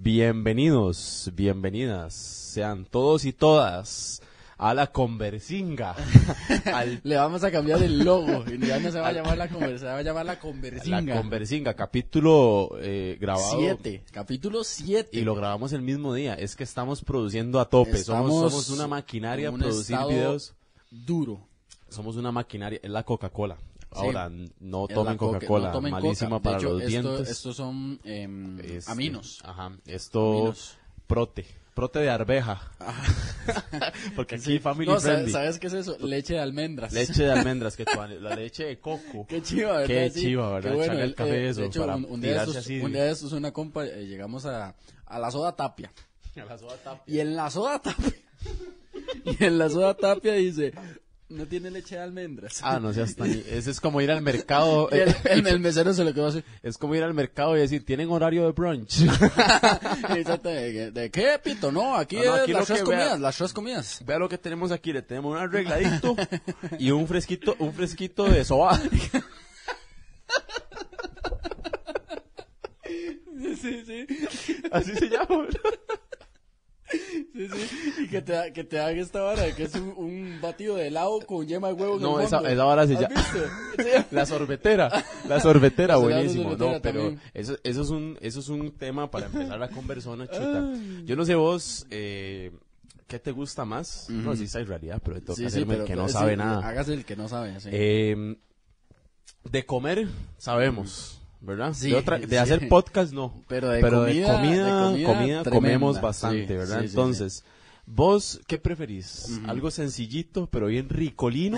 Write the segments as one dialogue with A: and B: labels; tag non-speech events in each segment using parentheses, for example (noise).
A: Bienvenidos, bienvenidas, sean todos y todas a la
B: (laughs)
A: conversinga. al,
B: Le vamos a cambiar el logo. y ya no se va a llamar la conversa, se va a llamar la conversinga.
A: La conversinga, capítulo eh, grabado.
B: Siete, capítulo 7.
A: Y lo grabamos el mismo día. Es que estamos produciendo a tope. Somos,
B: Estamos
A: somos una maquinaria
B: en un
A: producir
B: estado-
A: videos.
B: Duro.
A: Somos una maquinaria. Es la Coca-Cola. Ahora, no
B: Es
A: tomen
B: la coca-
A: Coca-Cola.
B: no tomen
A: malísima
B: coca. De
A: para
B: hecho,
A: los
B: esto-
A: dientes.
B: Estos son em,
A: Este,
B: aminos.
A: Ajá. Esto,
B: Aminos.
A: prote. Prote de arveja. (laughs) Porque aquí family
B: No, sa-
A: friendly.
B: ¿sabes qué es eso? Leche de almendras.
A: Leche de almendras, que tu- la leche de coco.
B: (laughs) Qué chiva, ¿verdad?
A: Qué
B: Sí.
A: chiva, ¿verdad?
B: Qué bueno.
A: Echarle al
B: eh,
A: café
B: de
A: eso
B: hecho,
A: para
B: un, un día de
A: tirarse
B: estos-
A: así.
B: un día de estos una compa, eh, llegamos a, a la soda tapia.
A: A la soda tap.
B: Y en la soda tapia. (laughs) y en la soda tapia dice, no tiene leche de almendras.
A: Ah, no seas tan... Ese es como ir al (laughs) mercado...
B: Y el,
A: eh,
B: el- el mesero se lo quedó así.
A: es como ir al mercado y decir, ¿tienen horario de brunch?
B: (laughs) Exactamente, ¿De, de qué, Pito? No, aquí,
A: No, no,
B: es
A: aquí lo
B: las tres
A: que vea.
B: comidas, las
A: (laughs)
B: tres comidas.
A: (laughs) Vea lo que tenemos aquí. Le tenemos un arregladito y un fresquito, un fresquito de (laughs) soba.
B: Sí, sí,
A: Así se llama.
B: sí, Y que te, da- que te haga esta vara, que es un, un batido de helado con yema de huevo. en
A: No,
B: el
A: esa,
B: fondo.
A: esa vara se
B: ¿Has
A: llama...
B: visto? (laughs) Sí.
A: La sorbetera, la sorbetera,
B: (laughs) La
A: buenísimo,
B: sorbetera
A: no, pero
B: también.
A: eso, eso es un, eso es un tema para empezar la conversona chuta. Yo no sé vos, eh, ¿qué te gusta más? No, sí, esa es realidad, pero toca
B: Sí, sí,
A: hacerme el
B: pero- ah,
A: que no
B: sí,
A: sabe nada.
B: Hágase el que no sabe, sí.
A: Eh, de comer, sabemos, ¿verdad?
B: Sí,
A: de otra- de
B: sí.
A: hacer podcast, no.
B: Pero de
A: de
B: comida-
A: comida,
B: de comida,
A: comida, comemos
B: tremenda.
A: bastante,
B: Sí,
A: ¿verdad?
B: sí, sí, sí. (laughs)
A: Entonces, ¿vos qué preferís? ¿Algo sencillito, pero bien ricolino?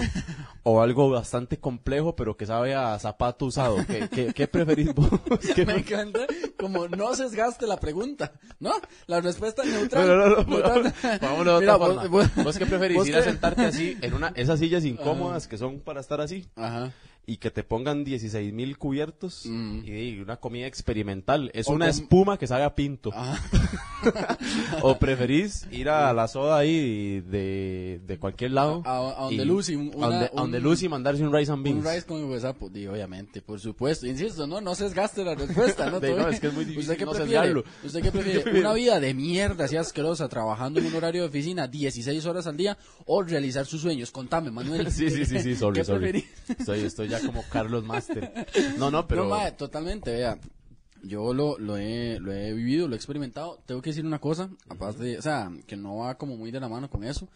A: ¿O algo bastante complejo, pero que sabe a zapato usado? ¿Qué, qué- qué preferís vos? ¿Qué-
B: (laughs) Me encanta como no sesgaste la pregunta, ¿no? La respuesta neutral.
A: No, no, no, no,
B: Neutral.
A: vamos- vámonos de
B: Mira,
A: otra
B: vos-
A: forma.
B: vos-
A: ¿Vos qué preferís?
B: vos
A: ¿Ir
B: qué- Ah.
A: a sentarte así en una esas sillas incómodas que son para estar así?
B: Ajá.
A: y que te pongan 16 mil cubiertos
B: Mm.
A: y una comida experimental. Es
B: O Ah.
A: una
B: com-
A: espuma que sabe a pinto.
B: Ajá.
A: (laughs) o preferís ir a la soda ahí de, de cualquier lado.
B: Mm. A- a donde
A: y-
B: Lucy, un-
A: a donde,
B: una-
A: a donde
B: un-
A: Lucy mandarse un rice and beans.
B: Un rice con huevo de sapo, di, pues, obviamente, por supuesto. Insisto, no, no sesgaste la respuesta,
A: (laughs)
B: ¿no?
A: Di,
B: Todavía-
A: no, es que es muy difícil
B: (laughs) ¿Usted qué
A: no
B: prefiere?
A: sesgarlo.
B: ¿Usted
A: (laughs)
B: qué prefiere? ¿Una vida de mierda, así asquerosa, trabajando en un horario de oficina 16 horas al día o realizar sus sueños? Contame, Manuel.
A: (laughs) (laughs) Sí, sí, sí, sí, sorry,
B: (laughs) ¿Qué
A: sorry.
B: preferís?
A: Estoy, estoy ya como Carlos
B: (laughs)
A: Master. No, no, pero...
B: No, mae, totalmente, vea. Yo lo, lo, he, lo he vivido, lo he experimentado. Tengo que decir una cosa, aparte de, o sea, que no va como muy de la mano con eso.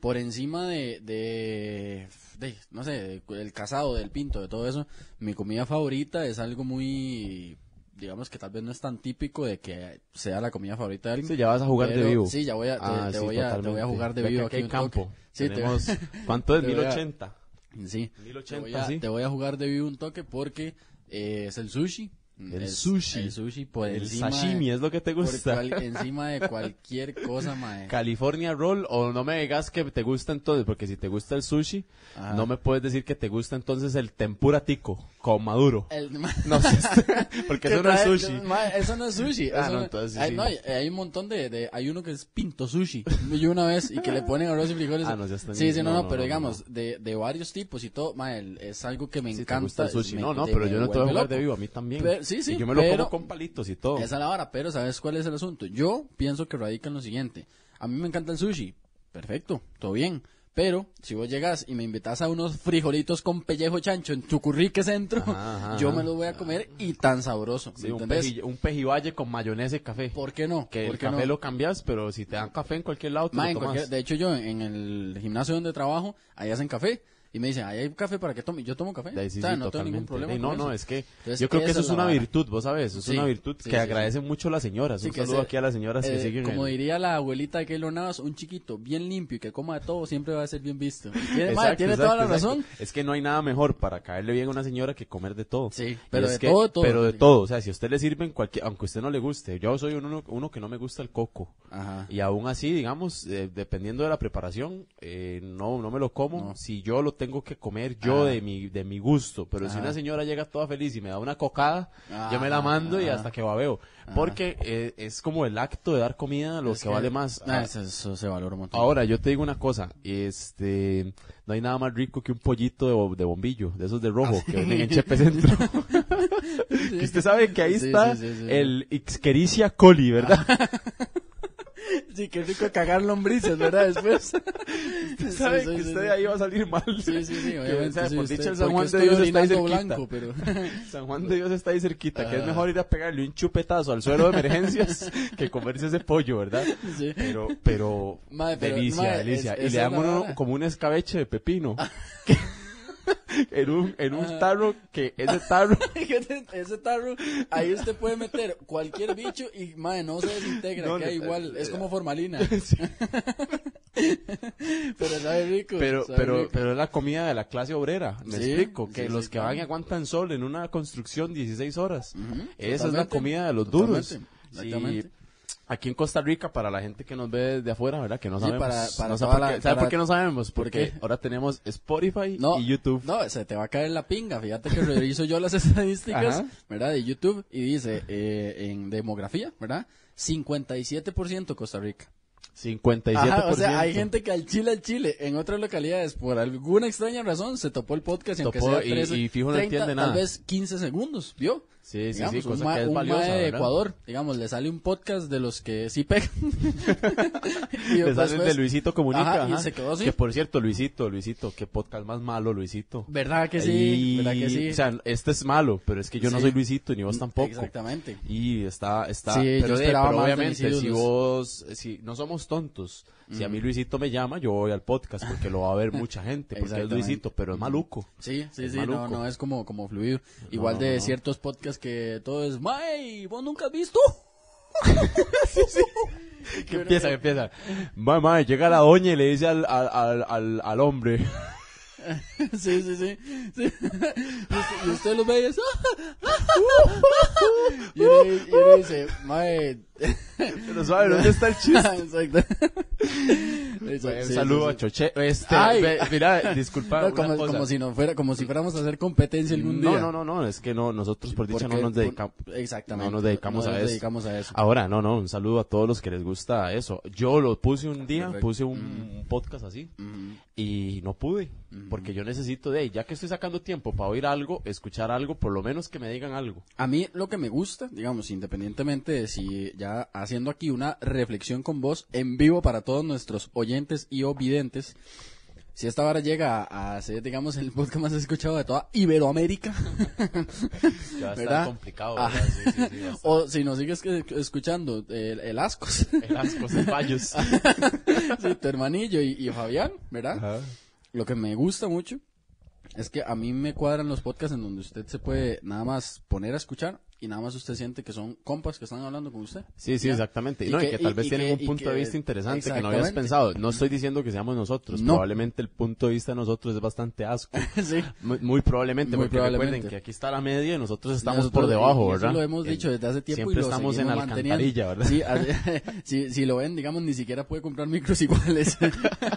B: Por encima de, de, de, no sé, el casado, del pinto, de todo eso, mi comida favorita es algo muy, digamos que tal vez no es tan típico de que sea la comida favorita de alguien.
A: Sí, ya vas a jugar de
B: pero
A: vivo.
B: Sí, ya voy a, te,
A: Ah,
B: te
A: sí,
B: voy, a te voy a
A: totalmente.
B: jugar de
A: Ve que
B: vivo
A: aquí
B: aquí
A: hay
B: un
A: campo.
B: toque. Sí, te-
A: Tenemos... ¿Cuánto es?
B: (laughs) te voy a-
A: 1080.
B: Sí.
A: 1080,
B: te, voy a,
A: sí.
B: te voy a jugar de vivo un toque porque eh, es el sushi.
A: El
B: Es-
A: sushi.
B: El sushi por
A: El
B: encima. de-
A: sashimi es lo que te
B: por
A: gusta.
B: cual- encima
A: (laughs)
B: de cualquier cosa, mae.
A: California Roll o no me digas que te gusta entonces, porque si te gusta el sushi,
B: Ajá.
A: no me puedes decir que te gusta entonces el tempura tico con
B: (laughs)
A: maduro.
B: El- ma-
A: No sé,
B: (laughs)
A: porque eso no es
B: trae-
A: sushi.
B: ma- eso no es sushi.
A: Ah,
B: eso
A: no,
B: no-
A: entonces
B: Ay,
A: sí.
B: no, hay, hay un montón de, de- Hay uno que es pinto sushi. Yo una vez y que le ponen arroz y frijoles.
A: Ah, no, ya está
B: sí,
A: bien.
B: sí, no,
A: No,
B: no,
A: no,
B: pero
A: no,
B: digamos,
A: no.
B: De, de varios tipos y todo. ma, el- es algo que me
A: Si te gusta
B: encanta.
A: el sushi,
B: me-
A: no, no,
B: de-
A: pero
B: me
A: yo no te voy a
B: vuelve
A: jugar de
B: loco.
A: vivo, a mí también.
B: Pero- sí, sí,
A: y yo me lo
B: pero-
A: como con palitos y todo.
B: Esa es la vara, pero ¿sabes cuál es el asunto? Yo pienso que radica en lo siguiente. A mí me encanta el sushi. Perfecto, todo bien. Pero si vos llegas y me invitas a unos frijolitos con pellejo chancho en Chucurrique Centro, (laughs)
A: Ajá, ajá,
B: yo me los voy a comer y tan sabroso.
A: Sí,
B: ¿me
A: un,
B: entendés?
A: peji- un pejibaye con mayonesa y café.
B: ¿Por qué no?
A: que
B: ¿Por
A: el
B: qué
A: café
B: no?
A: lo cambias, pero si te dan café en cualquier lado, te
B: Ma, en
A: lo tomas.
B: cualquier- de hecho, yo en, en el gimnasio donde trabajo, ahí hacen café. Y me dicen, ahí hay café para que tome. Yo tomo café.
A: De ahí sí,
B: o sea,
A: sí,
B: no tengo ningún
A: totalmente.
B: problema.
A: Ey,
B: con
A: no,
B: eso.
A: no, es que
B: Entonces,
A: yo creo que eso
B: esa
A: es
B: la
A: una
B: vara.
A: virtud, vos sabes, es
B: Sí,
A: una virtud
B: sí,
A: que
B: sí,
A: agradecen mucho las señoras.
B: Sí,
A: un
B: que
A: saludo
B: se-
A: aquí a las señoras que
B: Eh,
A: siguen.
B: Como
A: el-
B: diría la abuelita de Keylor Navas, un chiquito bien limpio y que coma de todo siempre va a ser bien visto. Y Tiene, madre,
A: Exacto,
B: tiene
A: exacto,
B: toda la
A: exacto.
B: razón.
A: Es que no hay nada mejor para caerle bien a una señora que comer de todo.
B: Sí,
A: Y
B: pero
A: es
B: de
A: que-
B: todo, de todo.
A: Pero de
B: Sí.
A: todo. O sea, si a usted le sirven cualquier, aunque a usted no le guste. Yo soy uno, uno que no me gusta el coco.
B: Ajá.
A: Y aún así, digamos, eh, dependiendo de la preparación, eh, no, no me lo como.
B: No.
A: Si yo lo tengo que comer yo
B: Ah.
A: de mi de mi gusto. Pero si
B: Ajá.
A: una señora llega toda feliz y me da una cocada,
B: Ah,
A: yo me la mando y
B: ajá.
A: hasta que babeo. Porque eh, es como el acto de dar comida lo
B: Es
A: que, vale más.
B: Ah,
A: Ah,
B: eso, eso se valora un montón.
A: Ahora, yo te digo una cosa, este, no hay nada más rico que un pollito de, bo- de bombillo, de esos de rojo, que venden en Chepe Centro. que usted sabe que ahí
B: Ah, (laughs) Sí,
A: está
B: sí, sí, sí. Ah,
A: el Ixquericia coli, ¿verdad? (laughs)
B: Sí, qué rico cagar lombrices,
A: (laughs)
B: ¿verdad? Después.
A: Usted sabe que usted de ahí va a salir mal.
B: Sí, sí, sí,
A: Que,
B: obviamente.
A: o sea,
B: sí,
A: por
B: usted-
A: dicha, el San
B: porque
A: Juan de
B: estoy
A: Dios está ahí
B: orinando
A: cerquita.
B: blanco, pero...
A: (laughs)
B: (laughs)
A: San Juan de Dios está ahí cerquita, que es
B: Ah.
A: mejor ir a pegarle un chupetazo al suelo de emergencias (laughs) que comerse ese pollo, ¿verdad? (laughs)
B: Sí.
A: Pero, pero,
B: Madre, pero,
A: delicia,
B: madre,
A: delicia.
B: es-
A: y
B: esa
A: le dan
B: es la
A: uno
B: vara.
A: como un escabeche de pepino. (laughs) en un, en un
B: Ah.
A: tarro que ese tarro
B: (laughs) Ese tarro, ahí usted puede meter cualquier bicho y, madre, no se desintegra,
A: No,
B: queda
A: no,
B: igual.
A: eh,
B: es
A: eh,
B: como formalina.
A: sí.
B: Pero sabe rico.
A: (laughs) pero
B: sabe
A: pero
B: rico.
A: pero es la comida de la clase obrera me
B: Sí,
A: explico que
B: sí,
A: los
B: sí,
A: que
B: claro.
A: van y aguantan sol en una construcción 16 horas
B: Ujú,
A: esa es la
B: totalmente,
A: comida de los
B: totalmente,
A: duros Sí,
B: exactamente.
A: aquí en Costa Rica para la gente que nos ve desde afuera verdad que no
B: Sí,
A: sabemos
B: para- para
A: no sé
B: toda
A: por
B: la-
A: qué. ¿Sabe
B: para-
A: por qué no sabemos porque
B: qué?
A: ahora tenemos Spotify
B: No,
A: y YouTube
B: No, se te va a caer la pinga. Fíjate que reviso yo las (laughs) estadísticas,
A: Ajá.
B: ¿verdad? De YouTube y dice eh, en demografía, ¿verdad? 57% Costa Rica.
A: 57%
B: Ajá, o sea, hay gente que al chile al chile en otras localidades por alguna extraña razón se topó el podcast y aunque
A: Topó
B: sea
A: y-
B: 13,
A: y fijo no entiende nada.
B: tal vez 15 segundos, ¿vio?
A: sí sí sí
B: Digamos, un
A: cosa
B: ma-
A: que es
B: un
A: valiosa
B: mae de
A: ¿verdad?
B: Ecuador, digamos, le sale un podcast de los que sí pegan. Y
A: (laughs) Le
B: después,
A: salen de
B: pues,
A: Luisito Comunica.
B: Ajá, y
A: ajá.
B: se quedó así.
A: Que por cierto, Luisito, Luisito, qué podcast más malo, Luisito.
B: ¿Verdad que sí?
A: Ahí-
B: ¿Verdad que sí?
A: O sea, este es malo, pero es que yo no
B: Sí.
A: soy Luisito ni vos tampoco.
B: Exactamente.
A: Y está, está,
B: Sí, yo
A: pero, de-
B: esperaba
A: pero
B: más de
A: obviamente,
B: mis
A: si
B: ídolos.
A: vos, eh, si no somos tontos, si a mí Luisito me llama, yo voy al podcast porque lo va a (laughs) ver mucha gente, porque es
B: Exactamente.
A: Luisito, pero es (laughs) maluco.
B: Sí, sí,
A: Es
B: sí,
A: maluco.
B: no, no, es como, como fluido. Igual
A: no,
B: de
A: no.
B: ciertos podcasts que todo es, ¡May! ¿Vos nunca has visto? (laughs)
A: (laughs) Que empieza, que empieza. Mamá, llega la doña y le dice al, al, al, al- al hombre. (laughs)
B: sí, sí, sí. sí. y, usted, y usted los ve y es, "Ah, y uno, y uno dice, ¡May! (laughs)
A: Pero sabe, ¿dónde está el chiste? (laughs)
B: Exacto.
A: Un
B: Exacto, sí,
A: saludo
B: sí,
A: a Choche. Este,
B: Ay.
A: ve- (laughs) mira, disculpa.
B: No,
A: una
B: como,
A: cosa.
B: como si no fuera, como si fuéramos a hacer competencia algún
A: no,
B: día.
A: no, no, no, es que no, nosotros por dicha no
B: Porque-
A: nos dedicamos.
B: Exactamente.
A: no nos dedicamos
B: no
A: a
B: nos
A: eso. Ah,
B: dedicamos a eso.
A: Ahora, no, no, un saludo a todos los que les gusta eso. Yo lo puse un día,
B: Perfecto. Mm.
A: puse un podcast así
B: Ujú.
A: y no pude,
B: Mm.
A: porque yo necesito de, ahí, ya que estoy sacando tiempo para oír algo, escuchar algo, por lo menos que me digan algo.
B: A mí lo que me gusta, digamos, independientemente de si ya haciendo aquí una reflexión con vos en vivo para todos nuestros oyentes y o videntes, si esta vara llega a, a ser, digamos, el podcast más escuchado de toda Iberoamérica,
A: Ya va a estar
B: ¿Verdad?
A: complicado,
B: Ah.
A: ¿verdad? Sí, sí, sí, va a estar-
B: o si nos sigues que- escuchando el, el Ascos, (laughs)
A: el asco, el fallos.
B: sí, tu hermanillo y, y Fabián, ¿verdad?
A: Ajá.
B: Lo que me gusta mucho es que a mí me cuadran los podcasts en donde usted se puede nada más poner a escuchar y nada más usted siente que son compas que están hablando con usted.
A: Sí, sí,
B: ¿Ya?
A: exactamente. Y,
B: Y
A: no, y
B: que-
A: que tal
B: y-
A: vez
B: y
A: tienen
B: que-
A: un
B: y
A: punto de
B: que-
A: vista interesante que no habías
B: exactamente.
A: pensado. No estoy diciendo que seamos nosotros.
B: No.
A: Probablemente el punto de vista de nosotros es bastante asco.
B: (laughs) sí.
A: Muy, muy probablemente,
B: Muy
A: porque
B: probablemente.
A: recuerden que aquí está la media y nosotros estamos
B: Nosotros-
A: por debajo,
B: y eso
A: ¿verdad?
B: lo hemos dicho desde hace tiempo
A: siempre
B: y lo
A: estamos en
B: seguimos manteniendo.
A: alcantarilla, ¿verdad?
B: Sí, así- (laughs) si, si lo ven, digamos, ni siquiera puede comprar micros (laughs) iguales.
A: (laughs)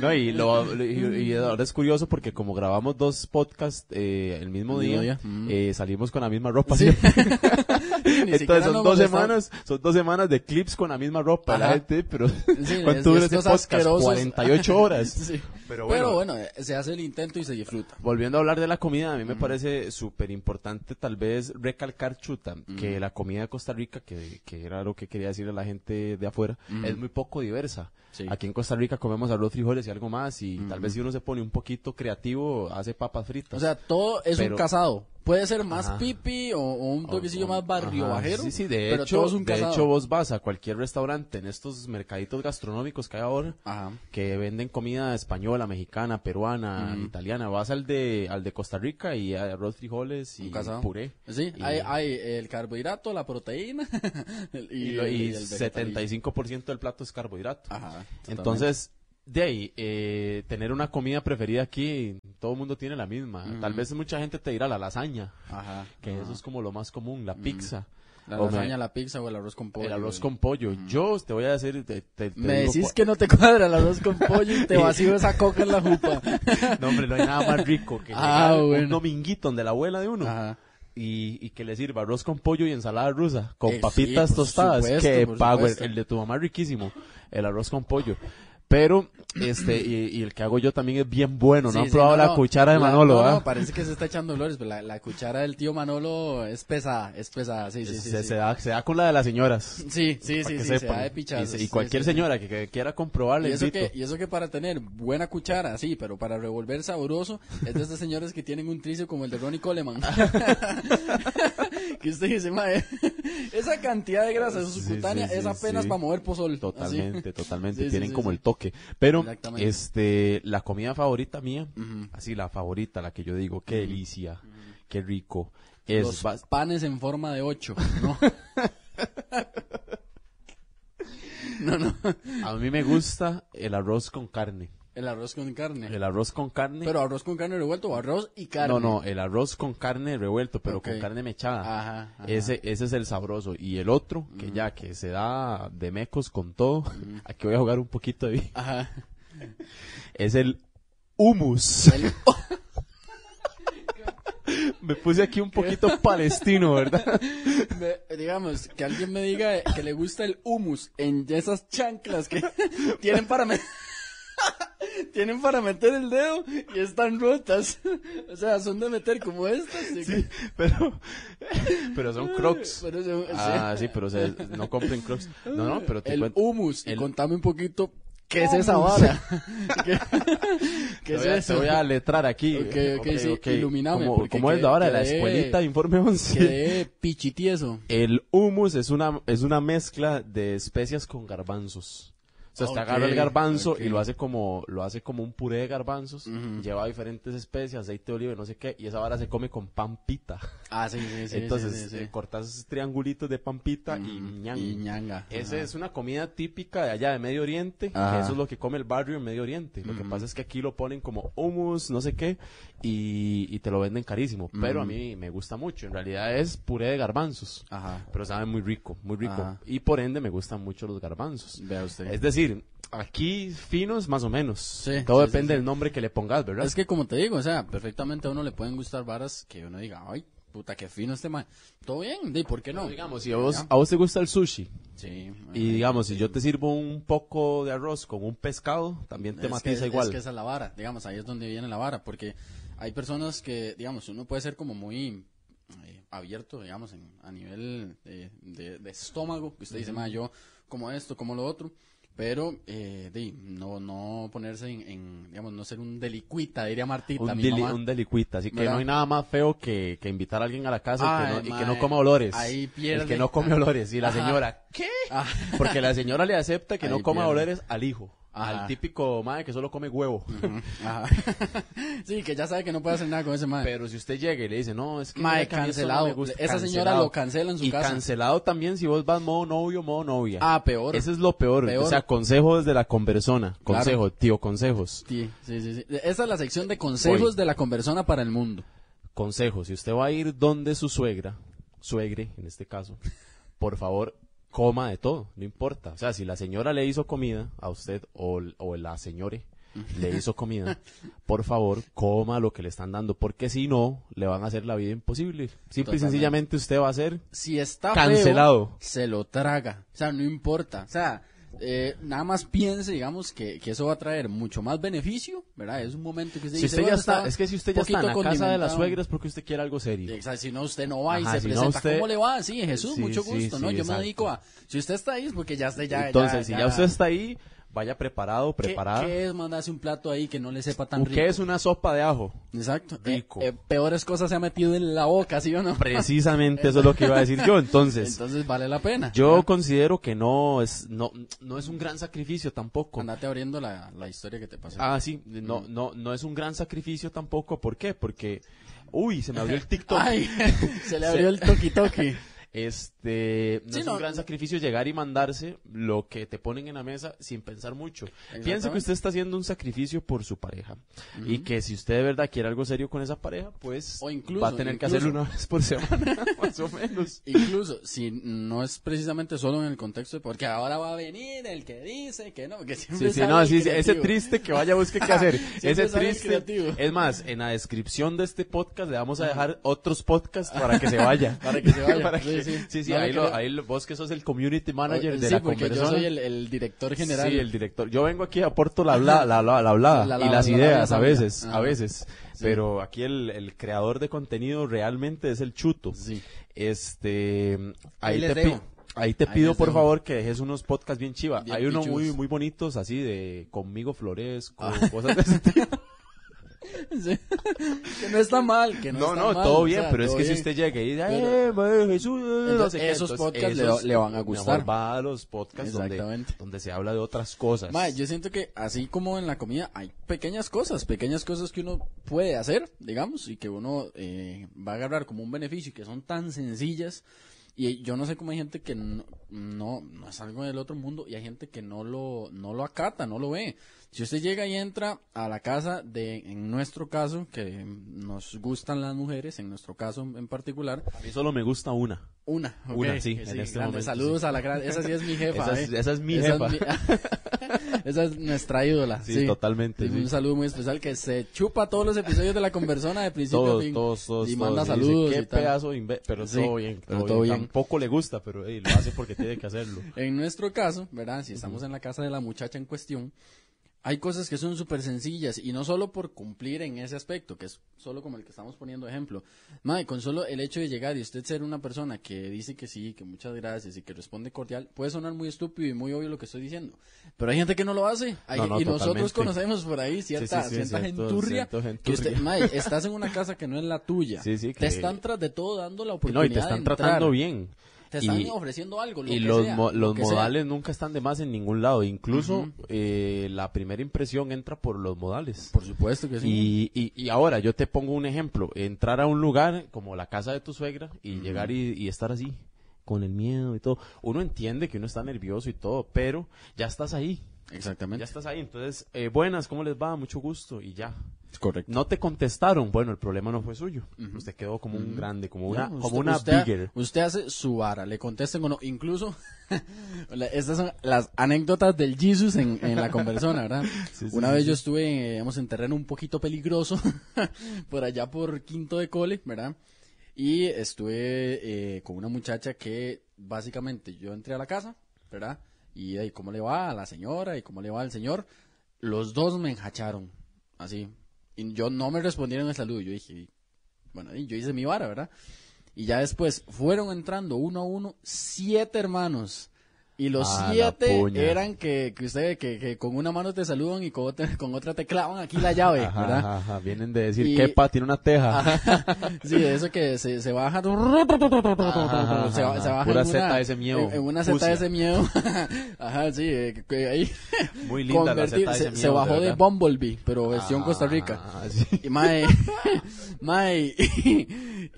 A: No, y, lo, lo- y- y ahora es curioso porque como grabamos dos podcasts eh, el mismo
B: El
A: día,
B: mismo día. Mm.
A: eh, salimos con la misma ropa. (laughs)
B: Sí.
A: siempre.
B: Ni siquiera
A: Entonces son dos
B: nos molestamos.
A: semanas, son dos semanas de clips con la misma ropa, la
B: Ajá.
A: gente, pero (laughs)
B: es-
A: ¿cuánto dura
B: es
A: este
B: cosas
A: podcast?
B: asquerosas.
A: 48 horas.
B: (laughs) Sí.
A: Pero
B: Pero,
A: bueno.
B: bueno. eh, se hace el intento y se disfruta.
A: Volviendo a hablar de la comida, a mí me
B: Mm.
A: parece súper importante tal vez recalcar, Chuta,
B: Mm.
A: que la comida de Costa Rica, que, que era lo que quería decirle a la gente de afuera,
B: Mm.
A: es muy poco diversa.
B: Sí.
A: Aquí en Costa Rica comemos arroz, frijoles y algo más, y tal vez si uno se pone un poquito creativo, hace papas fritas.
B: O sea, todo es
A: Pero-
B: un casado. Puede ser más
A: Ajá.
B: pipi o, o un toquecillo más barrio
A: Ajá,
B: bajero.
A: Sí, sí, de,
B: pero
A: hecho,
B: todo es un
A: de
B: casado.
A: hecho vos vas a cualquier restaurante en estos mercaditos gastronómicos que hay ahora,
B: Ajá.
A: que venden comida española, mexicana, peruana, italiana. Vas al de al de Costa Rica y arroz, frijoles y
B: Un casado.
A: puré.
B: Sí,
A: Y-
B: hay, hay el carbohidrato, la proteína (laughs) el-
A: Y,
B: y,
A: lo-
B: el-
A: y
B: y el vegetalismo.
A: 75% del plato es carbohidrato.
B: Ajá. totalmente.
A: Entonces, de ahí, eh, tener una comida preferida aquí, todo el mundo tiene la misma. Tal vez mucha gente te dirá la lasaña,
B: Mm. Ajá.
A: que eso es como lo más común, la pizza.
B: La
A: O me-
B: lasaña, la pizza o el arroz con pollo.
A: el arroz pues.
B: güey. Mm.
A: con pollo. Yo te voy a decir. Te, te- te
B: Me
A: digo
B: decís
A: cua-
B: que no te cuadra el arroz con pollo
A: (laughs)
B: y te vacío esa coca en la jupa.
A: No, hombre, no hay nada más rico que
B: (laughs) Ah,
A: llegar
B: bueno. Ah.
A: un dominguito donde la abuela de uno.
B: Ajá.
A: Y, y que le sirva arroz con pollo y ensalada rusa, con
B: Eh, sí,
A: papitas
B: por
A: tostadas,
B: supuesto,
A: que
B: por
A: pago, el,
B: supuesto.
A: el de tu mamá es riquísimo, el arroz con pollo. Pero, este, y, y el que hago yo también es bien bueno, no
B: Sí,
A: han
B: sí,
A: probado
B: no,
A: la
B: no.
A: cuchara de
B: La-
A: Manolo,
B: no, no,
A: ¿ah?
B: parece que se está echando olores, pero la, la cuchara del tío Manolo es pesada, es pesada, sí, sí, sí.
A: se,
B: sí.
A: se da, se da con la de las señoras.
B: Sí, sí,
A: para
B: sí,
A: que
B: sí, se
A: sepan.
B: da de
A: Y
B: pichazos,
A: se- Y,
B: sí,
A: cualquier
B: sí, sí.
A: señora que, que quiera comprobar, le
B: Y eso,
A: invito.
B: que, y eso que para tener buena cuchara, sí, pero para revolver sabroso, es de estos señores que tienen un tricio como el de Ronnie Coleman. (laughs) que usted dice, mae, esa cantidad de grasa en su
A: Sí, sí,
B: cutánea
A: sí,
B: es apenas
A: sí.
B: para mover pozol. así.
A: Totalmente,
B: (laughs)
A: totalmente.
B: ¿ah, Sí, sí,
A: Tienen
B: sí,
A: como
B: sí.
A: el toque. Pero,
B: Exactamente.
A: este, la comida favorita mía,
B: Ujú.
A: así la favorita, la que yo digo, qué delicia, qué rico. Es
B: Los
A: bas-
B: panes en forma de ocho, ¿no? no, no.
A: A mí me gusta el arroz con carne.
B: El arroz con carne.
A: El arroz con carne.
B: Eh. Pero arroz con carne revuelto o arroz y carne.
A: No, no, el arroz con carne revuelto, pero
B: Ok. Ah,
A: con carne mechada.
B: Ajá, ajá.
A: Ese, ese es el sabroso. Y el otro, que ya que se da de mecos con todo, (laughs) aquí voy a jugar un poquito ahí,
B: Ajá.
A: (laughs) es el
B: (laughs)
A: hummus.
B: El-
A: Me puse aquí un poquito palestino,
B: (laughs)
A: ¿verdad?
B: Me- digamos, que alguien me diga que le gusta el humus en esas chanclas que (laughs) tienen para me- (laughs) tienen para meter el dedo y están rotas. (laughs) O sea, son de meter como estas. y-
A: Pero, pero son crocs.
B: Pero son-
A: Ah, sí, pero se- no compren crocs. No, no, pero te
B: el
A: cuento.
B: humus. Y
A: el-
B: contame un poquito qué es esa
A: Hummus.
B: vara. ¿Qué,
A: Te
B: qué es
A: voy, a,
B: eso?
A: te voy
B: (laughs)
A: a letrar aquí.
B: Ok, ok, sí,
A: ok.
B: iluminame,
A: Como,
B: porque
A: como es
B: quedé-
A: la hora de la
B: quedé-
A: escuelita de Informe 11.
B: Quedé pichitieso.
A: El hummus es una, es una mezcla de especias con garbanzos. O sea, usted
B: Ok,
A: agarra el garbanzo
B: ok.
A: y lo hace como lo hace como un puré de garbanzos, lleva diferentes especias, aceite de oliva, y no sé qué, y esa vara se come con pampita.
B: Ah, sí, sí, sí.
A: Entonces,
B: sí, sí, sí.
A: eh, cortas esos triangulitos de pampita y ñan.
B: Y ñanga.
A: Esa
B: Ajá.
A: es una comida típica de allá de Medio Oriente, que
B: Ajá.
A: eso es lo que come el barrio en Medio Oriente. Lo que pasa es que aquí lo ponen como hummus, no sé qué, y, y te lo venden carísimo. Pero a mí me gusta mucho, en realidad es puré de garbanzos.
B: Ajá.
A: Pero sabe muy rico, muy rico.
B: Ah. Ajá.
A: Y por ende me gustan mucho los garbanzos.
B: Vea usted.
A: Es decir, aquí finos más o menos.
B: Sí,
A: Todo
B: sí, sí,
A: depende
B: sí.
A: del nombre que le pongas, ¿verdad?
B: Es que como te digo, o sea, perfectamente a uno le pueden gustar varas que uno diga, ay, puta, qué fino este man. Todo bien, ¿de por qué no?
A: Pero digamos, si a vos, a vos te gusta el sushi,
B: Sí.
A: y digamos, si yo te sirvo un poco de arroz con un pescado, también te
B: es
A: matiza
B: que,
A: igual.
B: Es que esa es la vara, digamos, ahí es donde viene la vara, porque hay personas que, digamos, uno puede ser como muy eh, abierto, digamos, en- a nivel eh, de, de estómago, que usted dice, "Ma, yo como esto, como lo otro, pero eh, di, no, no ponerse en, en, digamos, no ser un delicuita, diría Martita,
A: un,
B: mi
A: deli-
B: mamá.
A: un delicuita. Así que
B: ¿Verdad?
A: no hay nada más feo que, que invitar a alguien a la casa
B: Ay,
A: y, que no, y que no
B: mae,
A: coma olores.
B: ahí pierde.
A: El que no come olores. Y la
B: Ajá.
A: señora, ¿qué?
B: Ah.
A: Porque la señora le acepta que
B: Ahí
A: no coma
B: pierde.
A: olores al hijo.
B: Ajá.
A: Al típico madre que solo come huevo. Mm,
B: Ajá. (laughs) sí, que ya sabe que no puede hacer nada con ese mae.
A: Pero si usted llega y le dice, no, es que.
B: Mae,
A: mira que a mí eso
B: cancelado.
A: me gusta",
B: Esa señora lo cancela en su
A: y
B: casa.
A: cancelado también si vos vas modo novio, modo novia.
B: ah, peor.
A: Ese es lo peor.
B: Peor.
A: O sea, consejo desde la conversona. Consejo, tío, consejos.
B: Sí, sí, sí, sí. Esa es la sección de consejos
A: Voy.
B: de la conversona para el mundo.
A: Consejo, si usted va a ir donde su suegra, suegre en este caso, por favor, coma de todo, no importa. O sea, si la señora le hizo comida a usted o, l- o la señore
B: (laughs)
A: le hizo comida, por favor, coma lo que le están dando, porque si no, le van a hacer la vida imposible. Simple y
B: Totalmente.
A: sencillamente usted va a ser
B: Si está
A: Cancelado.
B: feo, se lo traga. O sea, no importa. O sea, eh, nada más piense, digamos, que, que eso va a traer mucho más beneficio, ¿verdad? Es un momento que usted
A: Si
B: dice,
A: usted ya
B: "Bueno,
A: está,
B: estaba
A: es que si usted ya está en la casa
B: poquito
A: de la
B: condimentado".
A: suegra es porque usted quiere algo serio.
B: Exacto, si no, usted no va y
A: Ajá,
B: se
A: si no,
B: presenta.
A: usted-
B: ¿Cómo le va? Sí, Jesús,
A: Sí,
B: mucho
A: sí,
B: gusto.
A: sí,
B: no, yo me
A: exacto.
B: dedico a. Si usted está ahí, es porque ya está ya.
A: Entonces, si ya usted está ahí, vaya preparado,
B: ¿Qué,
A: preparada.
B: qué es mandarse un plato ahí que no le sepa tan
A: ¿Qué,
B: rico?
A: es una sopa de ajo?
B: Exacto. Eh,
A: Rico.
B: eh, peores cosas se ha metido en la boca, ¿sí o no?
A: Precisamente eso es lo que iba a decir yo. Entonces,
B: Entonces vale la pena.
A: yo considero que no es, no, no es un gran sacrificio tampoco.
B: Andate abriendo la, la historia que te pasó. (laughs)
A: Ah, sí, no, no, no es un gran sacrificio tampoco. ¿Por qué? Porque, uy, se me abrió el TikTok.
B: (laughs)
A: (laughs)
B: Ay, se le abrió el toqui toqui.
A: Este, no
B: Sí,
A: es
B: no.
A: un gran sacrificio llegar y mandarse lo que te ponen en la mesa sin pensar mucho. Piensa que
B: Exactamente.
A: usted está haciendo un sacrificio por su pareja y que si usted de verdad quiere algo serio con esa pareja, pues
B: O incluso,
A: va a tener que
B: incluso.
A: hacerlo una vez por semana, (laughs) más o menos.
B: Incluso si no es precisamente solo en el contexto de porque ahora va a venir el que dice que no, que siempre
A: Sí, sí,
B: sale
A: no,
B: el
A: sí, sí, ese
B: creativo.
A: triste que vaya a buscar qué
B: (laughs)
A: hacer. ese
B: sale el
A: triste.
B: creativo.
A: Es más, en la descripción de este podcast le vamos a dejar otros podcasts para que se vaya.
B: (laughs) Para que se
A: (laughs)
B: vaya,
A: Para
B: sí,
A: que-
B: sí.
A: sí, sí,
B: No lo
A: ahí, lo,
B: creo.
A: ahí lo- vos que sos el community manager de
B: sí,
A: la
B: porque yo
A: conversona.
B: soy el, el director general.
A: Sí, el director. Yo vengo aquí aporto la habla, la, la- la hablada
B: La- la-
A: y las
B: la- la-
A: ideas
B: la-
A: a
B: la-
A: veces,
B: Ajá.
A: a veces. Pero aquí el, el creador de contenido realmente es el chuto.
B: Sí.
A: Este,
B: Ahí
A: ahí,
B: les
A: te
B: dejo.
A: pido. Ahí te
B: Ahí
A: pido,
B: les
A: por
B: dejo.
A: favor, que dejes unos podcasts bien chiva.
B: Bien
A: Hay unos
B: pichudos.
A: muy, muy bonitos, así de Conmigo Floresco,
B: Ah.
A: cosas de ese
B: (laughs)
A: tipo.
B: Sí. que no está mal, que no,
A: No,
B: está
A: no,
B: mal,
A: todo
B: o
A: bien,
B: sea,
A: pero es
B: todo
A: que si
B: bien.
A: usted llega y dice,
B: Pero-
A: ¡eh, madre, Jesús! eh", no sé qué,
B: esos
A: entonces,
B: podcasts le-
A: esos
B: le van a gustar.
A: mejor va a los podcasts donde,
B: Exactamente.
A: donde se habla de otras cosas.
B: Mae, yo siento que así como en la comida hay pequeñas cosas, pequeñas cosas que uno puede hacer, digamos, y que uno eh, va a agarrar como un beneficio y que son tan sencillas. Y yo no sé cómo hay gente que no, no, no es algo del otro mundo y hay gente que no lo, no lo acata, no lo ve. Si usted llega y entra a la casa de, en nuestro caso, que nos gustan las mujeres, en nuestro caso en particular,
A: A mí solo me gusta una.
B: una, ok,
A: Una, sí,
B: que
A: en este
B: grande.
A: momento,
B: Saludos a la gran, esa sí
A: (laughs)
B: es mi jefa.
A: Esa es-
B: eh.
A: esa es mi jefa.
B: mi- (laughs) esa es nuestra ídola.
A: (laughs) Sí, totalmente,
B: Es
A: sí.
B: Un saludo muy especial que se chupa todos los episodios de la conversona de principio a
A: todos,
B: fin.
A: todos, todos.
B: y
A: todos.
B: manda
A: dice,
B: saludos
A: Qué
B: y tal.
A: pedazo de imbe- Pero
B: Sí,
A: todo bien,
B: pero
A: todo,
B: todo
A: bien.
B: bien.
A: Tampoco le gusta, pero ey, lo hace porque tiene que hacerlo.
B: En nuestro caso, ¿verdad? Si estamos en la casa de la muchacha en cuestión, hay cosas que son súper sencillas y no solo por cumplir en ese aspecto, que es solo como el que estamos poniendo ejemplo. Mae, con solo el hecho de llegar y usted ser una persona que dice que sí, que muchas gracias y que responde cordial, puede sonar muy estúpido y muy obvio lo que estoy diciendo. Pero hay gente que no lo hace hay-
A: No, no,
B: y
A: totalmente.
B: nosotros conocemos por ahí cierta,
A: Sí, sí, sí,
B: cierta
A: cierto,
B: genturria.
A: cierto
B: que usted,
A: genturria. (laughs)
B: mae, estás en una casa que no es la tuya.
A: Sí, sí,
B: Te
A: que-
B: están tras de todo dando la
A: Y
B: oportunidad.
A: No, y te
B: de
A: están
B: entrar.
A: tratando bien.
B: Te están
A: y,
B: ofreciendo algo. Lo
A: y
B: que
A: los,
B: sea,
A: mo-
B: lo
A: los
B: que sea.
A: modales nunca están de más en ningún lado. Incluso eh, la primera impresión entra por los modales.
B: Por supuesto que sí.
A: Y, y, y ahora yo te pongo un ejemplo, entrar a un lugar como la casa de tu suegra y llegar y, y estar así, con el miedo y todo. Uno entiende que uno está nervioso y todo, pero ya estás ahí, ya
B: Exactamente.
A: estás ahí. Entonces, eh, buenas, ¿cómo les va? Mucho gusto y ya.
B: Correcto.
A: No te contestaron, bueno, el problema no fue suyo. Usted quedó como un grande, como una,
B: Ya,
A: como una
B: usted,
A: bigger.
B: Usted hace su vara, le contesten o no. Incluso, (laughs) la- estas son las anécdotas del Jesus en, en la conversona, ¿verdad?
A: (laughs) Sí, sí,
B: Una
A: sí,
B: vez
A: sí.
B: yo estuve, eh, digamos, en terreno un poquito peligroso, (laughs) por allá por quinto de cole, ¿verdad? Y estuve eh, con una muchacha que básicamente yo entré a la casa, ¿verdad? Y ahí, ¿cómo le va a la señora y cómo le va al señor? Los dos me enjacharon, así. Y yo no me respondieron el saludo. Yo dije, bueno, y yo hice mi vara, ¿verdad? Y ya después fueron entrando uno a uno siete hermanos. Y los
A: Ah, la
B: siete
A: puña.
B: eran que, que usted, que, que con una mano te saludan y con otra, (laughs) con otra te clavan aquí la llave,
A: Ajá,
B: ¿verdad?
A: ajá, ajá, Vienen de decir,
B: Y-
A: quepa, tiene una teja.
B: Sí, de eso que se, se baja.
A: ajá,
B: se, ba- se baja
A: pura
B: en una,
A: zeta de ese miedo,
B: En, en una
A: sucia.
B: zeta de ese miedo. (laughs) Ajá, sí, eh, que ahí.
A: (laughs) Muy linda la
B: convertir-
A: zeta de
B: se,
A: ese
B: se
A: miedo,
B: bajó de,
A: verdad.
B: Bumblebee, pero versión Costa Rica.
A: Ah, sí.
B: (laughs) Y mae, mae, (laughs)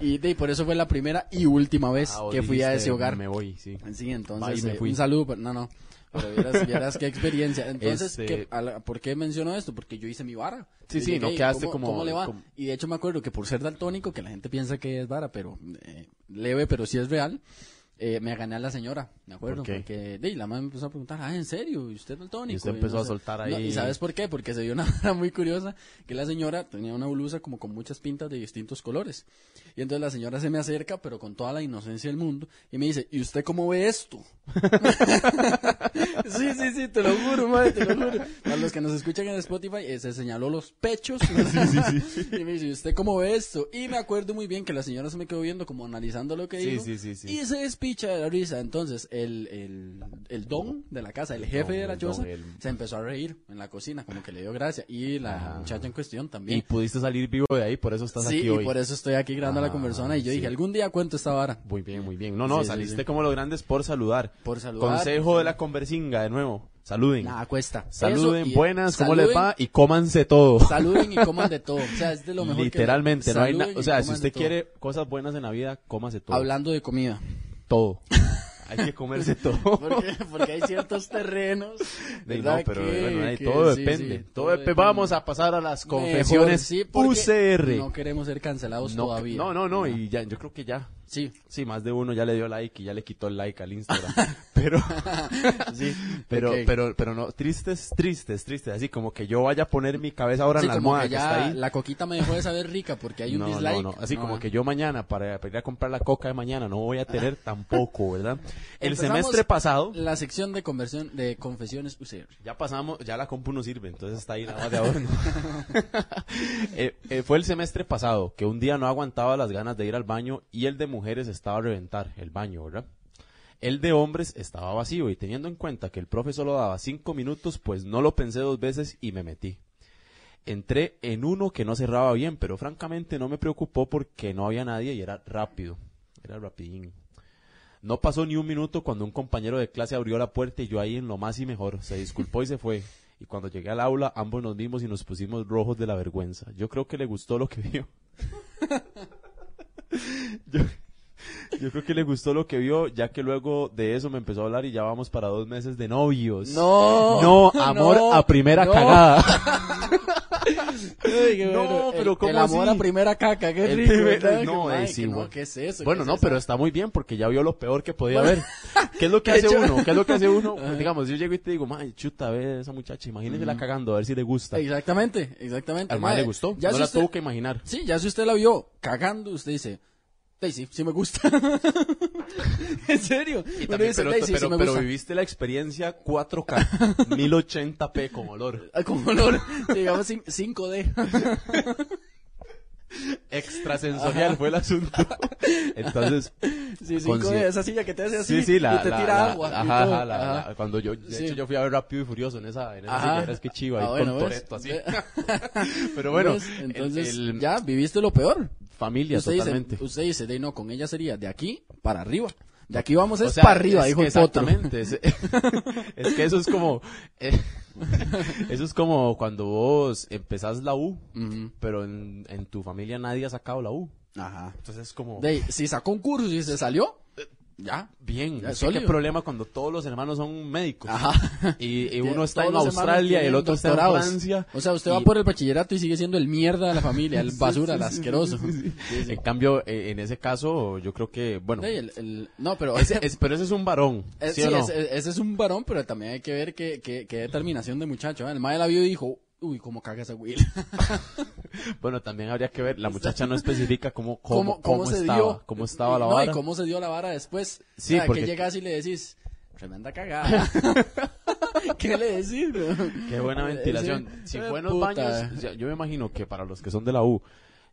B: y, de, y por eso fue la primera y última vez
A: Ah, vos
B: que fui a
A: dijiste,
B: ese hogar.
A: Me voy, sí. Va
B: Sí,
A: y
B: entonces,
A: me
B: eh,
A: fui.
B: un saludo, pero- no, no, pero vieras, vieras qué experiencia. Entonces,
A: Este-
B: ¿qué- a la- ¿por qué menciono esto? Porque yo hice mi vara.
A: Sí,
B: Yo
A: sí, no
B: "Ey,
A: quedaste
B: ¿cómo-
A: como-
B: ¿Cómo le va?
A: como-
B: Y de hecho me acuerdo que por ser daltónico, que la gente piensa que es vara, pero eh, leve, pero sí es real, eh, me gané a la señora, me acuerdo,
A: ¿Por qué?
B: porque de, ahí, la mamá me empezó a preguntar, ah, ¿en serio? ¿Y usted es daltónico?
A: Y usted empezó a soltar ahí-
B: ¿Y sabes por qué? Porque se dio una (laughs) vara muy curiosa, que la señora tenía una blusa como con muchas pintas de distintos colores. Y entonces la señora se me acerca, pero con toda la inocencia del mundo, y me dice, ¿y usted cómo ve esto? (laughs) Sí, sí, sí, te lo juro, madre, te lo juro. Para los que nos escuchan en Spotify, eh, se señaló los
A: (laughs)
B: pechos. (laughs) Y me dice, "¿Y ¿usted cómo ve esto? Y me acuerdo muy bien que la señora se me quedó viendo como analizando lo que
A: Sí,
B: dijo.
A: sí, sí, sí.
B: Y se despicha de la risa. Entonces, el, el, el don de la casa, el jefe
A: don,
B: de la
A: el don,
B: choza,
A: el-
B: se empezó a reír en la cocina, como que le dio gracia. Y la
A: Ajá.
B: muchacha en cuestión
A: Ah. Y
B: también.
A: pudiste salir vivo de ahí, por eso estás
B: sí,
A: aquí
B: y
A: hoy.
B: por e- eso estoy aquí grabando la
A: Ah,
B: conversona. Y yo
A: sí.
B: dije, algún día cuento esta vara.
A: Muy bien, muy bien. No, no,
B: Sí, sí,
A: saliste
B: sí.
A: como los grandes por saludar.
B: Por saludar.
A: Consejo de la conversinga, de nuevo. Saluden.
B: Nada, cuesta.
A: Saluden,
B: Eso y-
A: buenas, ¿cómo les
B: saluden
A: va? Y cómanse todo.
B: Saluden y coman de todo. O sea, es de lo mejor que-
A: Literalmente, no hay
B: Saluden
A: nada.
B: y
A: O sea, si
B: coman de
A: usted
B: todo.
A: quiere cosas buenas en la vida, cómase todo. (laughs)
B: Hablando de comida.
A: todo.
B: (laughs)
A: Hay que comerse todo.
B: Porque, porque hay ciertos terrenos.
A: De-
B: ¿verdad?
A: no, pero
B: que-
A: bueno, ahí
B: que
A: todo
B: sí,
A: depende.
B: sí,
A: todo dep- Vamos a pasar a las
B: Mejor
A: confesiones
B: sí, porque
A: UCR.
B: No queremos ser cancelados
A: No,
B: todavía.
A: no, no, no, y ya, yo creo que ya.
B: Sí,
A: Sí, más de uno ya le dio like y ya le quitó el like al Instagram. (laughs)
B: (laughs)
A: pero,
B: sí.
A: pero,
B: ok.
A: pero, pero no, tristes, tristes, tristes. Así como que yo vaya a poner mi cabeza ahora
B: Sí,
A: en la
B: como
A: almohada
B: que
A: que,
B: ya
A: está ahí.
B: la coquita me dejó de saber rica porque hay un
A: no, no,
B: dislike.
A: no. Así como
B: ah.
A: que yo mañana, para, para ir a comprar la coca de mañana, no voy a
B: (laughs)
A: tener tampoco, ¿verdad? El
B: Empezamos
A: semestre pasado,
B: La sección de, conversión, de confesiones UCR.
A: ya pasamos, ya la compu no sirve, entonces está ahí nada más de adorno. (laughs) Eh, eh, fue el semestre pasado que un día no aguantaba las ganas de ir al baño y el de mujeres estaba a reventar, el baño, ¿verdad? El de hombres estaba vacío y teniendo en cuenta que el profe solo daba cinco minutos, pues no lo pensé dos veces y me metí. Entré en uno que no cerraba bien, pero francamente no me preocupó porque no había nadie y era rápido. Era rapidín. No pasó ni un minuto cuando un compañero de clase abrió la puerta y yo ahí en lo más y mejor. Se disculpó y se fue. Y cuando llegué al aula, ambos nos vimos y nos pusimos rojos de la vergüenza. Yo creo que le gustó lo que vio. (laughs) yo, yo creo que le gustó lo que vio, ya que luego de eso me empezó a hablar y ya vamos para dos meses de novios. No, amor
B: (laughs) no,
A: a primera
B: no.
A: cagada.
B: Ay, qué
A: No,
B: bueno.
A: pero
B: el,
A: ¿cómo
B: el amor
A: así?
B: a primera caca, qué
A: El
B: rico.
A: primer-
B: ¿verdad?
A: no,
B: Que,
A: eh,
B: ay,
A: sí,
B: que
A: güey.
B: no, ¿qué es eso?
A: Bueno,
B: ¿Qué
A: no,
B: es
A: pero
B: eso?
A: está muy bien porque ya vio lo peor que podía ver. ¿Qué es lo que
B: (laughs) De
A: hace
B: hecho-
A: uno? ¿Qué es lo que hace
B: (laughs)
A: uno? Eh, Digamos, yo llego y te digo, "Mae, chuta, ve esa muchacha, imagínese la cagando, a ver si le gusta."
B: Exactamente, exactamente.
A: Al mae le
B: Mae,
A: gustó,
B: Ya
A: no
B: si
A: la
B: usted-
A: tuvo que imaginar.
B: Sí, ya si usted la vio cagando, usted dice, "Ey, sí, sí me gusta. (laughs) en serio. Uno
A: También,
B: dice,
A: pero,
B: "Ey, sí, sí
A: pero-
B: me
A: pero
B: gusta".
A: viviste la experiencia
B: (laughs)
A: 4K, 1080p con olor,
B: Ah, Como olor, (laughs) digamos cin- 5D.
A: extrasensorial fue el
B: (laughs)
A: asunto. Entonces,
B: Sí,
A: Con
B: 5D,
A: cien-
B: esa silla que te hace así
A: sí, sí, la,
B: y te
A: la-
B: tira
A: la-
B: agua. y
A: ajá,
B: todo.
A: ajá, la-
B: Ajá.
A: la- cuando yo, de
B: Sí.
A: hecho, yo fui a ver Rápido y Furioso en esa, en esa
B: Ajá.
A: sillera, es que chiva, ahí
B: Ah, bueno,
A: con
B: ¿ves?
A: Toretto, así.
B: Ve-
A: (laughs) Pero bueno,
B: ¿Ves?
A: el-
B: Pues, entonces
A: el-
B: ya viviste lo peor.
A: familia
B: Usted
A: totalmente.
B: dice, usted dice, de no, con ella sería de aquí para arriba. De aquí vamos
A: O
B: es
A: sea,
B: para arriba,
A: es
B: dijo
A: que
B: el potro.
A: Exactamente. Es, (laughs) es que eso es como. eh, (laughs) eso es como cuando vos empezás la U,
B: Ujú.
A: pero en, en tu familia nadie ha sacado la U.
B: (laughs) Ajá.
A: Entonces es como.
B: De ahí, si sacó un curso y se salió, ya.
A: Bien,
B: Ya,
A: es que qué
B: sólido.
A: problema cuando todos los hermanos son médicos.
B: Ajá.
A: (laughs) Y, y
B: Tiene-
A: uno está
B: todos
A: en
B: los hermanos
A: Australia, el
B: tienen
A: otro está en
B: doctorados.
A: Francia.
B: O sea, usted
A: y- (laughs)
B: va por el bachillerato y sigue siendo el mierda de la familia, el basura, el asqueroso. Sí, sí.
A: En cambio, eh, en ese caso, yo creo que, bueno,
B: De ahí, el- el- no, pero
A: ese- es- pero ese es un varón,
B: Eh,
A: ¿sí,
B: sí,
A: o no?
B: ese, ese es un varón, pero también hay que ver qué, qué- qué determinación de muchacho. ¿eh? El mae la vio y dijo, uy, cómo caga esa (laughs) Will.
A: Bueno, también habría que ver, la muchacha no especifica
B: (laughs)
A: cómo,
B: ¿Cómo,
A: cómo, cómo,
B: se
A: estaba,
B: dio?
A: cómo estaba la
B: No,
A: vara.
B: y cómo se dio la vara después.
A: Sí,
B: o sea,
A: porque-
B: que llegas y le decís, tremenda cagada. (laughs) ¿Qué le decís, bro?
A: (laughs) Qué buena
B: Eh,
A: ventilación.
B: (laughs) sí.
A: Si
B: Eh,
A: fue en los
B: puta.
A: baños, o sea, yo me imagino que para los que son de la U,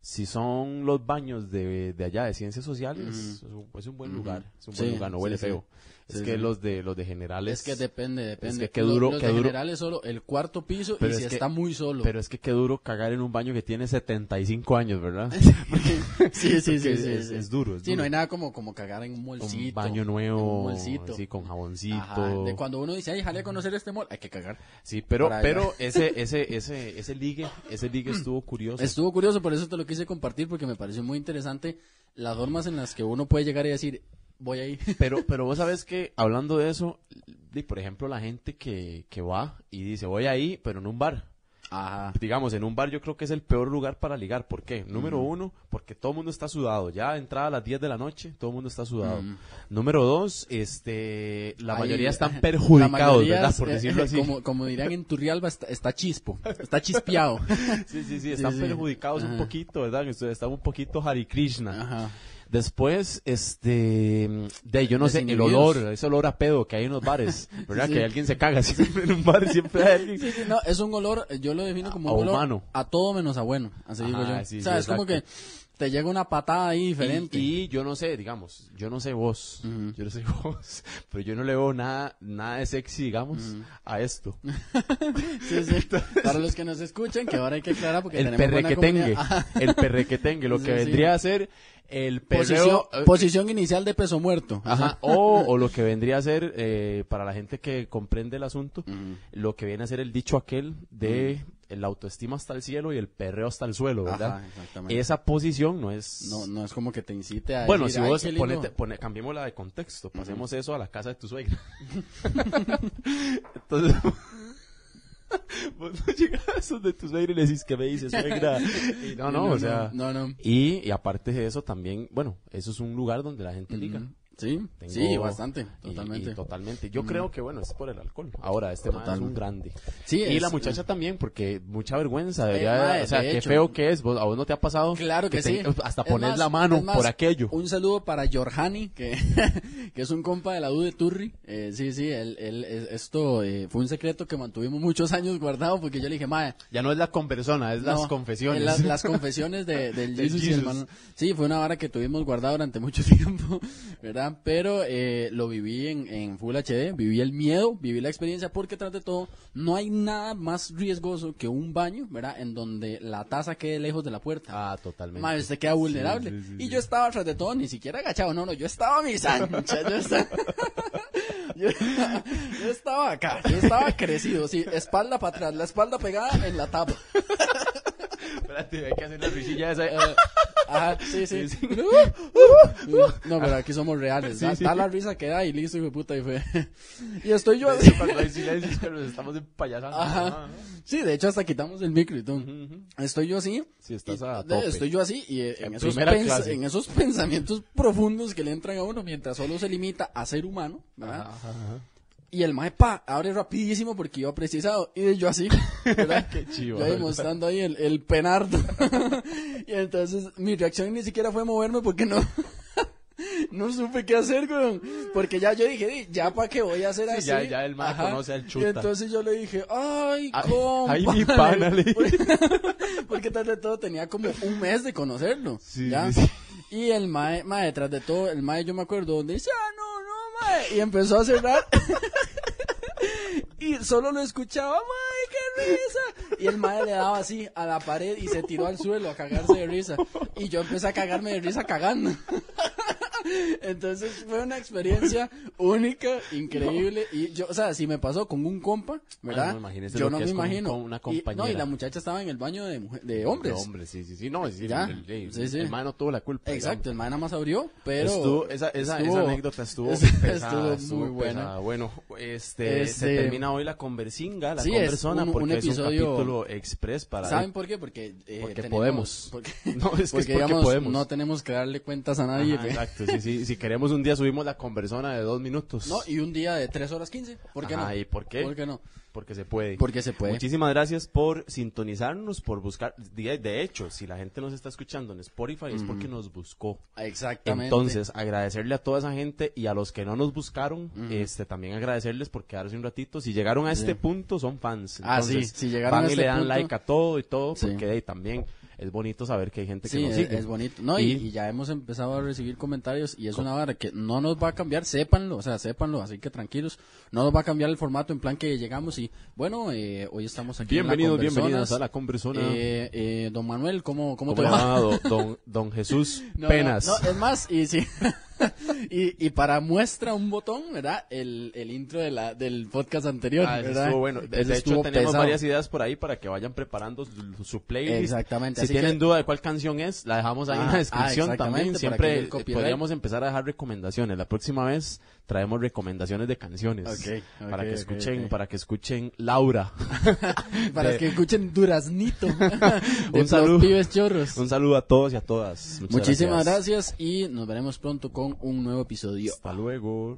A: si son los baños de, de allá de ciencias sociales, es, un, es un buen lugar, es un buen
B: Mm. Sí,
A: lugar, no
B: sí,
A: huele
B: sí.
A: feo. Es
B: Sí,
A: que
B: sí.
A: los de los de generales
B: Es que depende, depende.
A: que qué
B: Los-
A: duro,
B: los
A: qué
B: de
A: duro.
B: general es solo el cuarto piso
A: Pero
B: y
A: es
B: si
A: que-
B: está muy solo. (laughs)
A: pero es que qué duro cagar en un baño que tiene 75 años, ¿verdad? (laughs)
B: sí, (laughs) sí, sí, sí,
A: Porque es-
B: sí.
A: es duro, es
B: sí,
A: duro.
B: no hay nada como, como cagar en un molcito.
A: Un baño
B: en un
A: nuevo,
B: molcito.
A: sí, con
B: Ajá,
A: jaboncito.
B: de cuando uno dice, ay, jale a conocer este mol, hay que cagar.
A: Sí, pero
B: para
A: (laughs)
B: allá.
A: pero ese ese ese ese ligue, ese ligue estuvo curioso.
B: Estuvo curioso, por eso te lo quise compartir, porque me pareció muy interesante las formas en las que uno puede llegar y decir, voy ahí.
A: Pero, pero vos sabés que hablando de eso, di, por ejemplo, la gente que, que va y dice, voy ahí, pero en un bar.
B: Ajá.
A: Digamos, en un bar yo creo que es el peor lugar para ligar. ¿Por qué? Número uno, porque todo el mundo está sudado. Ya entrada a las 10 de la noche, todo el mundo está sudado. Número dos, este, (laughs) la
B: Ahí-
A: mayoría están perjudicados,
B: (laughs) la mayoría
A: ¿verdad?
B: es,
A: Por
B: eh,
A: decirlo así.
B: Como, como dirían en Turrialba, está, está chispo,
A: (laughs)
B: está chispeado.
A: Sí, sí, sí, están
B: sí.
A: perjudicados un
B: Ajá.
A: poquito, ¿verdad? Ustedes Están un poquito Hare Krishna.
B: Ajá.
A: Después, este, de yo no sé, el
B: Desinhibidos.
A: olor, ese olor a pedo que hay en los bares, ¿verdad?
B: (laughs) Sí, sí.
A: Que alguien se caga (laughs) siempre en un bar, siempre hay alguien.
B: Sí, sí, no, es un olor, eh, yo lo defino como
A: A
B: un olor
A: humano.
B: a todo menos a bueno, así digo
A: Ajá,
B: yo.
A: sí,
B: o sea,
A: sí,
B: es como que
A: exacto.
B: te llega una patada ahí diferente.
A: Y, y yo no sé, digamos, yo no sé vos, yo no sé (laughs) vos, pero yo no le veo nada, nada de sexy, digamos, a esto.
B: (laughs) Sí, sí. Para los que nos escuchan, que ahora hay que aclarar porque
A: El
B: tenemos buena
A: perrequetengue,
B: comunidad. Ajá.
A: el perrequetengue, lo
B: Sí,
A: que
B: sí.
A: vendría a ser el
B: Posición,
A: perreo, eh,
B: posición inicial de peso muerto.
A: Ajá, o, o lo que vendría a ser, eh, para la gente que comprende el asunto, lo que viene a ser el dicho aquel de el autoestima hasta el cielo y el perreo hasta el suelo, ¿verdad?
B: Mm. Ajá, exactamente.
A: Esa posición no es...
B: No, no es como que te incite a
A: Bueno,
B: decir,
A: si
B: "Ay,
A: vos
B: qué lindo".
A: ponete, pone- cambiémosla de contexto, pasemos eso a la casa de tu suegra.
B: (laughs)
A: Entonces, (laughs) vos no llegas donde tu suegra y le decís que me dices
B: (laughs)
A: suegra. Y no, no, o sea.
B: No, no.
A: Y, y aparte de eso, también, bueno, eso es un lugar donde la gente liga.
B: Ujú. Sí,
A: Tengo-
B: sí, bastante,
A: y-
B: totalmente.
A: y totalmente. Yo creo que, bueno, es por el alcohol. Ahora, este man es
B: Total.
A: un grande.
B: Sí,
A: y
B: es-
A: la muchacha también, porque mucha vergüenza.
B: Eh,
A: debería-
B: mae,
A: o sea,
B: de
A: qué
B: hecho.
A: feo que es. ¿Vos- ¿A vos no te ha pasado?
B: Claro que, sí.
A: te- Hasta
B: Es
A: pones
B: más-
A: la mano
B: es más,
A: por aquello.
B: Un saludo para Jorjani, que, (laughs) que es un compa de la U de Turri. Eh, sí, sí, él, él- es- esto eh, fue un secreto que mantuvimos muchos años guardado porque yo le dije, mae,
A: Ya no es la conversona, es las
B: no,
A: confesiones.
B: eh, Las, (laughs) las confesiones de,
A: Del
B: del Jesus, y
A: Jesus.
B: el man- Sí, fue una vara que tuvimos guardada durante mucho (laughs) tiempo, ¿verdad? Pero eh, lo viví en, en Full HD, viví el miedo, viví la experiencia, porque tras de todo, no hay nada más riesgoso que un baño, ¿verdad? En donde la taza quede lejos de la puerta.
A: (laughs) Ah, totalmente.
B: Madre, usted queda vulnerable.
A: Sí, sí, sí,
B: y yo estaba tras de todo, ni siquiera agachado. No, no, yo estaba a mis anchas. Yo estaba, (laughs) yo, yo estaba acá. Yo estaba crecido. Sí, espalda para atrás, la espalda pegada en la tapa.
A: Espérate, hay que hacer la risilla esa.
B: Eh, ajá, sí, sí. uh,
A: Sí, sí. (laughs)
B: No, pero aquí somos reales. Da,
A: Sí, sí.
B: da la risa que da y listo, hijo de puta.
A: (laughs)
B: Y fue. Y estoy (laughs) yo así.
A: Eso (laughs) cuando hay silencio es que nos estamos empayasando.
B: eh.
A: Ah,
B: Ajá.
A: ¿no?
B: Sí, de hecho, hasta quitamos el micro y todo. Estoy yo así.
A: Sí, estás
B: y-
A: a
B: de-
A: tope.
B: Estoy yo así y eh, en,
A: En
B: esos
A: primera
B: pens-
A: clase.
B: en esos (laughs) pensamientos profundos que le entran a uno mientras solo se limita a ser humano. ¿verdad?
A: Ajá, ajá.
B: Y el mae, pa, abre rapidísimo porque iba precisado. Y yo así, ¿verdad?
A: (laughs) Qué chiva,
B: Yo ahí
A: ¿verdad?
B: mostrando ahí el, el penardo. (laughs) y entonces mi reacción ni siquiera fue moverme porque no... (laughs) No supe qué hacer, güey. Porque ya yo dije, "Di, ya para qué voy a hacer así.
A: Sí, ya- ya el mae conoce al chuta.
B: Y entonces yo le dije, ay,
A: Ay,
B: compa.
A: ay,
B: (laughs)
A: mi pana, le dije.
B: Porque tras de todo tenía como un mes de conocerlo.
A: Sí,
B: ¿ya?
A: sí, sí.
B: Y el mae, mae, tras de todo, el mae yo me acuerdo donde dice, ah, no, no, mae. Y empezó a cerrar. (laughs) y solo lo escuchaba, mae, qué risa. Y el mae le daba así a la pared y se tiró al suelo a cagarse de risa. Y yo empecé a cagarme de risa cagando. (laughs) Entonces fue una experiencia única, increíble. Y yo, o sea, si me pasó con un compa, ¿verdad?
A: no, imagínese
B: yo
A: lo
B: no
A: que
B: me
A: es con un-
B: imagino.
A: con una
B: Y- no, y
A: compañera.
B: la muchacha estaba en el baño de, mujer- de hombres.
A: No, hombre, sí, sí, sí. No, sí,
B: Ya.
A: El, el,
B: Sí, sí.
A: el man no tuvo la culpa.
B: Exacto,
A: digamos.
B: el mae nada más abrió, pero.
A: Estuvo- eh, esa, esa,
B: estuvo-
A: esa anécdota estuvo,
B: es-
A: pesada,
B: (laughs) estuvo muy buena.
A: pesada. Bueno, este, se
B: Este-
A: termina hoy la conversinga, la
B: Sí, es
A: conversona,
B: un- un
A: porque es
B: episodio-
A: un capítulo express para...
B: ¿Saben por qué? Porque, eh,
A: Porque
B: tenemos-
A: podemos.
B: Porque,
A: (laughs) No, (laughs) es que es
B: porque,
A: porque
B: digamos,
A: podemos.
B: no tenemos que darle cuentas a
A: Ajá,
B: nadie. pe-
A: exacto, sí, sí. Si queremos un día subimos la conversona de dos minutos.
B: no, y un día de 3 horas 15. ¿Por qué
A: Ajá,
B: no?
A: ¿y por qué?
B: ¿Por qué no?
A: Porque se puede.
B: Porque se puede.
A: Muchísimas gracias por sintonizarnos, por buscar. De de hecho, si la gente nos está escuchando en Spotify es porque
B: Mm.
A: nos buscó.
B: Exactamente.
A: Entonces, agradecerle a toda esa gente y a los que no nos buscaron, este también agradecerles por quedarse un ratito. Si llegaron a este punto, son fans.
B: Ah, sí,
A: Entonces,
B: si llegaron
A: van
B: a
A: y
B: este
A: le dan
B: punto-
A: like a todo y todo,
B: Sí.
A: porque de ahí también es bonito saber que hay gente
B: Sí,
A: que nos
B: es,
A: sigue.
B: es bonito. No, y,
A: Y-
B: y ya hemos empezado a recibir comentarios y es una vara que no nos va a cambiar, sépanlo, o sea, sépanlo, así que tranquilos, no nos va a cambiar el formato en plan que llegamos y bueno, eh, hoy estamos aquí. en La
A: Bienvenidos,
B: Conversonas.
A: bienvenidas a La Conversona.
B: Eh, eh, don Manuel, ¿cómo, cómo,
A: ¿Cómo
B: te
A: le
B: va?
A: llamaba don, don- don Jesús
B: (laughs) No,
A: Penas?
B: No, no, es más, y sí. (laughs) y, y para muestra un botón, ¿verdad? El, el intro de la, del podcast anterior,
A: Ah, ese
B: ¿verdad?
A: estuvo bueno. De,
B: Ese
A: de hecho,
B: estuvo
A: tenemos
B: pesado.
A: varias ideas por ahí para que vayan preparando su, su playlist.
B: Exactamente,
A: Si
B: así
A: tienen
B: que-
A: duda de cuál canción es, la dejamos ahí en
B: Ah,
A: la descripción
B: ah,
A: también.
B: exactamente, para que no
A: Siempre
B: el copyright.
A: podríamos empezar a dejar recomendaciones. La próxima vez traemos recomendaciones de canciones.
B: Ok,
A: para
B: ok,
A: que
B: ok,
A: escuchen,
B: ok.
A: para que escuchen Laura. (laughs)
B: Para que escuchen Duraznito.
A: Un saludo.
B: Los pibes chorros.
A: Un saludo a todos y a todas. Muchas
B: Muchísimas gracias. y nos veremos pronto con un nuevo episodio.
A: Hasta luego.